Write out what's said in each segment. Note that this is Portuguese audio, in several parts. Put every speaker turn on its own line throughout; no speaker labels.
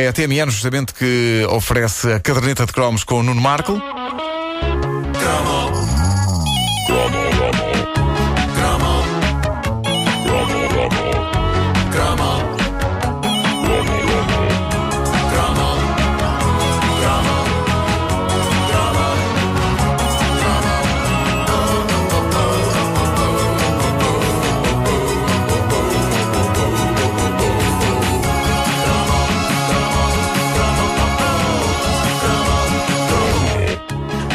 É a TMN justamente que oferece a caderneta de cromos com o Nuno Marco.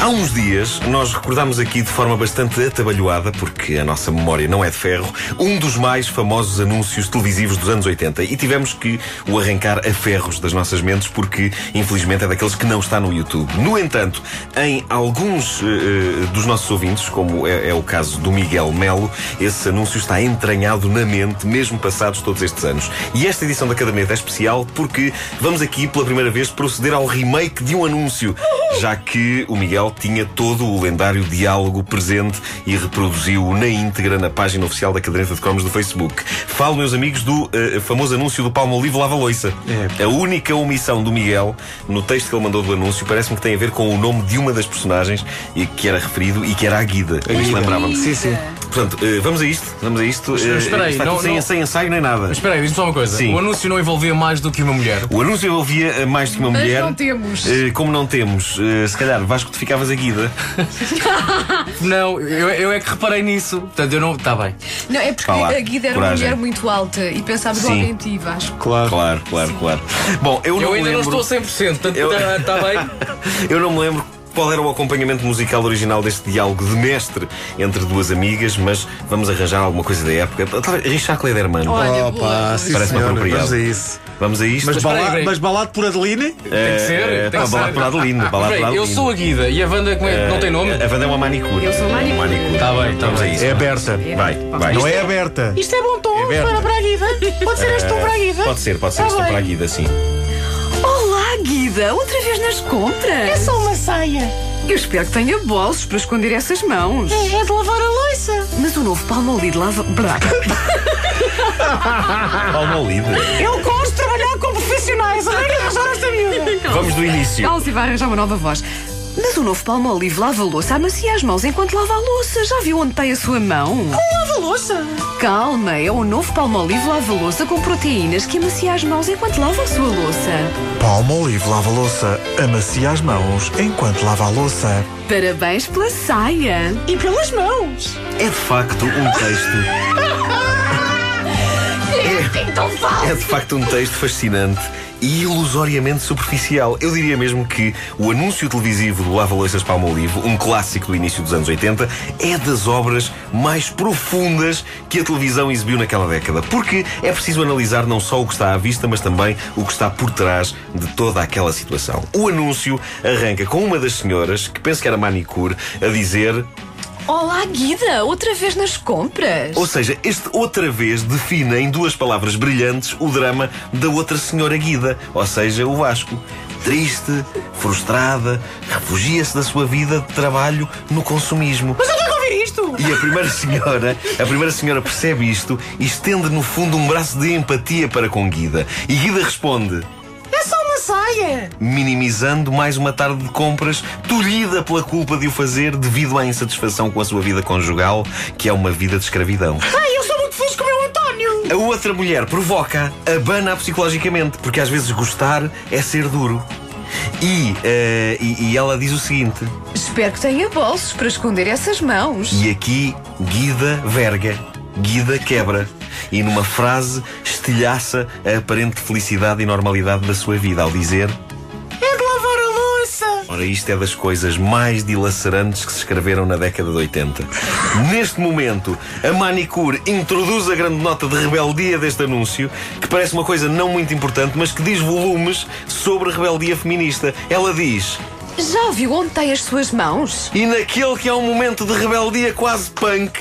Há uns dias nós recordámos aqui de forma bastante atabalhoada, porque a nossa memória não é de ferro, um dos mais famosos anúncios televisivos dos anos 80 e tivemos que o arrancar a ferros das nossas mentes porque, infelizmente, é daqueles que não está no YouTube. No entanto, em alguns eh, eh, dos nossos ouvintes, como é, é o caso do Miguel Melo, esse anúncio está entranhado na mente, mesmo passados todos estes anos. E esta edição da Caderneta é especial porque vamos aqui, pela primeira vez, proceder ao remake de um anúncio já que o Miguel tinha todo o lendário diálogo presente e reproduziu-o na íntegra na página oficial da Caderneta de Cromos do Facebook. Falo, meus amigos, do eh, famoso anúncio do Palmo Olivo Lava Loiça.
É.
A única omissão do Miguel no texto que ele mandou do anúncio parece-me que tem a ver com o nome de uma das personagens e que era referido e que era a Guida. A Guida. Lembrava-me.
Sim, sim.
Portanto, eh, vamos a isto, vamos a isto. Eh,
espera aí,
está
não-
tudo sem,
não-
sem ensaio nem nada.
Mas espera aí, diz-me só uma coisa.
Sim.
O anúncio não envolvia mais do que uma mulher.
O anúncio envolvia eh, mais do que uma
Mas
mulher.
não temos.
Eh, como não temos, eh, se calhar Vasco, tu ficavas é? a guida.
Não, eu, eu é que reparei nisso. Portanto, eu não. Está bem.
Não, é porque
Vá lá,
a Guida era
coragem.
uma mulher muito alta e pensávamos logo
Sim.
em ti, Vasco.
Claro.
Claro, claro, claro. Bom, eu,
Eu
não
ainda
me lembro,
não estou a 100%, portanto,
Eu-
está bem.
eu não me lembro qual era o acompanhamento musical original deste diálogo de mestre entre duas amigas, mas vamos arranjar alguma coisa da época. Talvez Richard Clayderman.
Olha, boa.
Opa, sim,
Parece-me
senhora,
apropriado.
Vamos a isso.
Vamos a isto.
Mas,
espera aí, espera
bala-
aí.
mas balado por Adeline?
Tem que ser,
Eh,
tem
pá,
que
balado
ser.
por Adeline, balado
Espera aí,
por Adeline.
eu sou a Guida e a Wanda como é, não tem nome?
A Wanda é uma manicure.
Eu sou
Um
manicure.
Tá bem, tá
Vamos a
bem.
isso.
É aberta.
Vai, vai.
Não é aberta.
Isto é bom tom
É
para a Guida? Pode ser este tom para a Guida?
É, Pode ser, pode ser.
Tá
Estou
bem.
para a guida, sim.
Olá, Guida! Outra vez nas
É
compras?
só uma saia.
Eu espero que tenha bolsos para esconder essas mãos.
É, é de lavar a louça.
Mas o novo Palmolive lava... Brá.
Ah.
Palmolida.
Eu gosto de trabalhar com profissionais. Arranha arranjar esta miúda.
Então.
Vamos do início.
Calma, se vai arranjar uma nova voz. Mas o novo Palmolive lava a louça, amacia as mãos enquanto lava a louça. Já viu onde tem a sua mão?
Lava a louça.
Calma, é o novo Palmolive lava a louça com proteínas que amacia as mãos enquanto lava a sua louça.
Palmo Olive lava a louça, amacia as mãos enquanto lava a louça.
Parabéns pela saia!
E pelas mãos.
É de facto um texto. É de facto um texto fascinante e ilusoriamente superficial. Eu diria mesmo que o anúncio televisivo do Lava Loiças Palma Olivo, um clássico do início dos anos 80, é das obras mais profundas que a televisão exibiu naquela década. Porque é preciso analisar não só o que está à vista, mas também o que está por trás de toda aquela situação. O anúncio arranca com uma das senhoras, que penso que era manicure, a dizer
Olá, Guida! Outra vez nas compras?
Ou seja, este outra vez define em duas palavras brilhantes o drama da outra senhora guida, ou seja, o Vasco. Triste, frustrada, refugia-se da sua vida de trabalho no consumismo.
Mas eu quero ouvir isto.
E a primeira senhora, a primeira senhora percebe isto e estende no fundo um braço de empatia para com Guida. E Guida responde,
É só uma saia.
minimizando mais uma tarde de compras, tolhida pela culpa de o fazer devido à insatisfação com a sua vida conjugal, que é uma vida de escravidão.
Ai, eu sou muito feliz com o meu António.
A outra mulher provoca, abana psicologicamente, porque às vezes gostar é ser duro. E, eh, e, e ela diz o seguinte:
Espero que tenha bolsos para esconder essas mãos.
e aqui Guida verga, Guida quebra. E numa frase estilhaça a aparente felicidade e normalidade da sua vida ao dizer:
É de lavar a louça.
Ora, isto é das coisas mais dilacerantes que se escreveram na década de 80. Neste momento, a manicure introduz a grande nota de rebeldia deste anúncio, que parece uma coisa não muito importante, mas que diz volumes sobre rebeldia feminista. Ela diz:
Já viu onde tem as suas mãos?
E naquele que é um momento de rebeldia quase punk,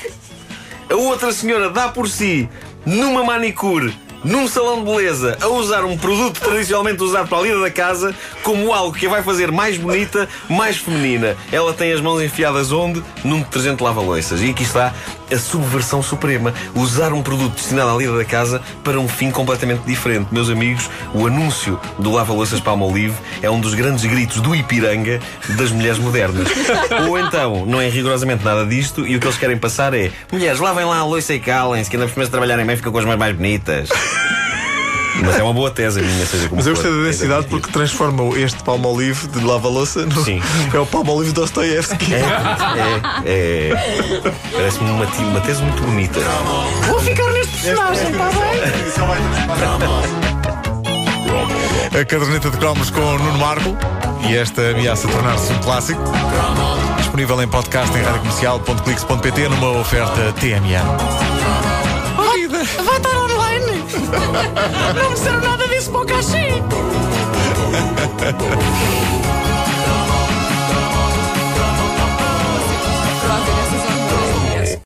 a outra senhora dá por si, numa manicure, num salão de beleza, a usar um produto tradicionalmente usado para a lida da casa, como algo que a vai fazer mais bonita, mais feminina. Ela tem as mãos enfiadas onde? Num detergente lava-loiças. E aqui está a subversão suprema. Usar um produto destinado à lida da casa para um fim completamente diferente. Meus amigos, o anúncio do lava-louças Palmolive é um dos grandes gritos do Ipiranga das mulheres modernas. Ou então, não é rigorosamente nada disto e o que eles querem passar é mulheres, lavem lá a louça e calem-se, que ainda por cima se trabalharem bem ficam com as mãos mais bonitas. Mas é uma boa tese a minha, seja como
Mas eu
for. É,
gostei da densidade
Exatamente.
porque transformou este palmolive de lava-louça no.
Sim.
É o palmolive Dostoevsky.
É, é, é. Parece-me uma, ti- uma tese muito bonita.
Vou ficar neste personagem,
é
está bem?
A caderneta de cromos com o Nuno Marco e esta ameaça a tornar-se um clássico. Disponível em podcast em radiocomercial.clix.pt numa oferta TMN.
Vai, vai estar online. Não me disseram nada disso para o cachê.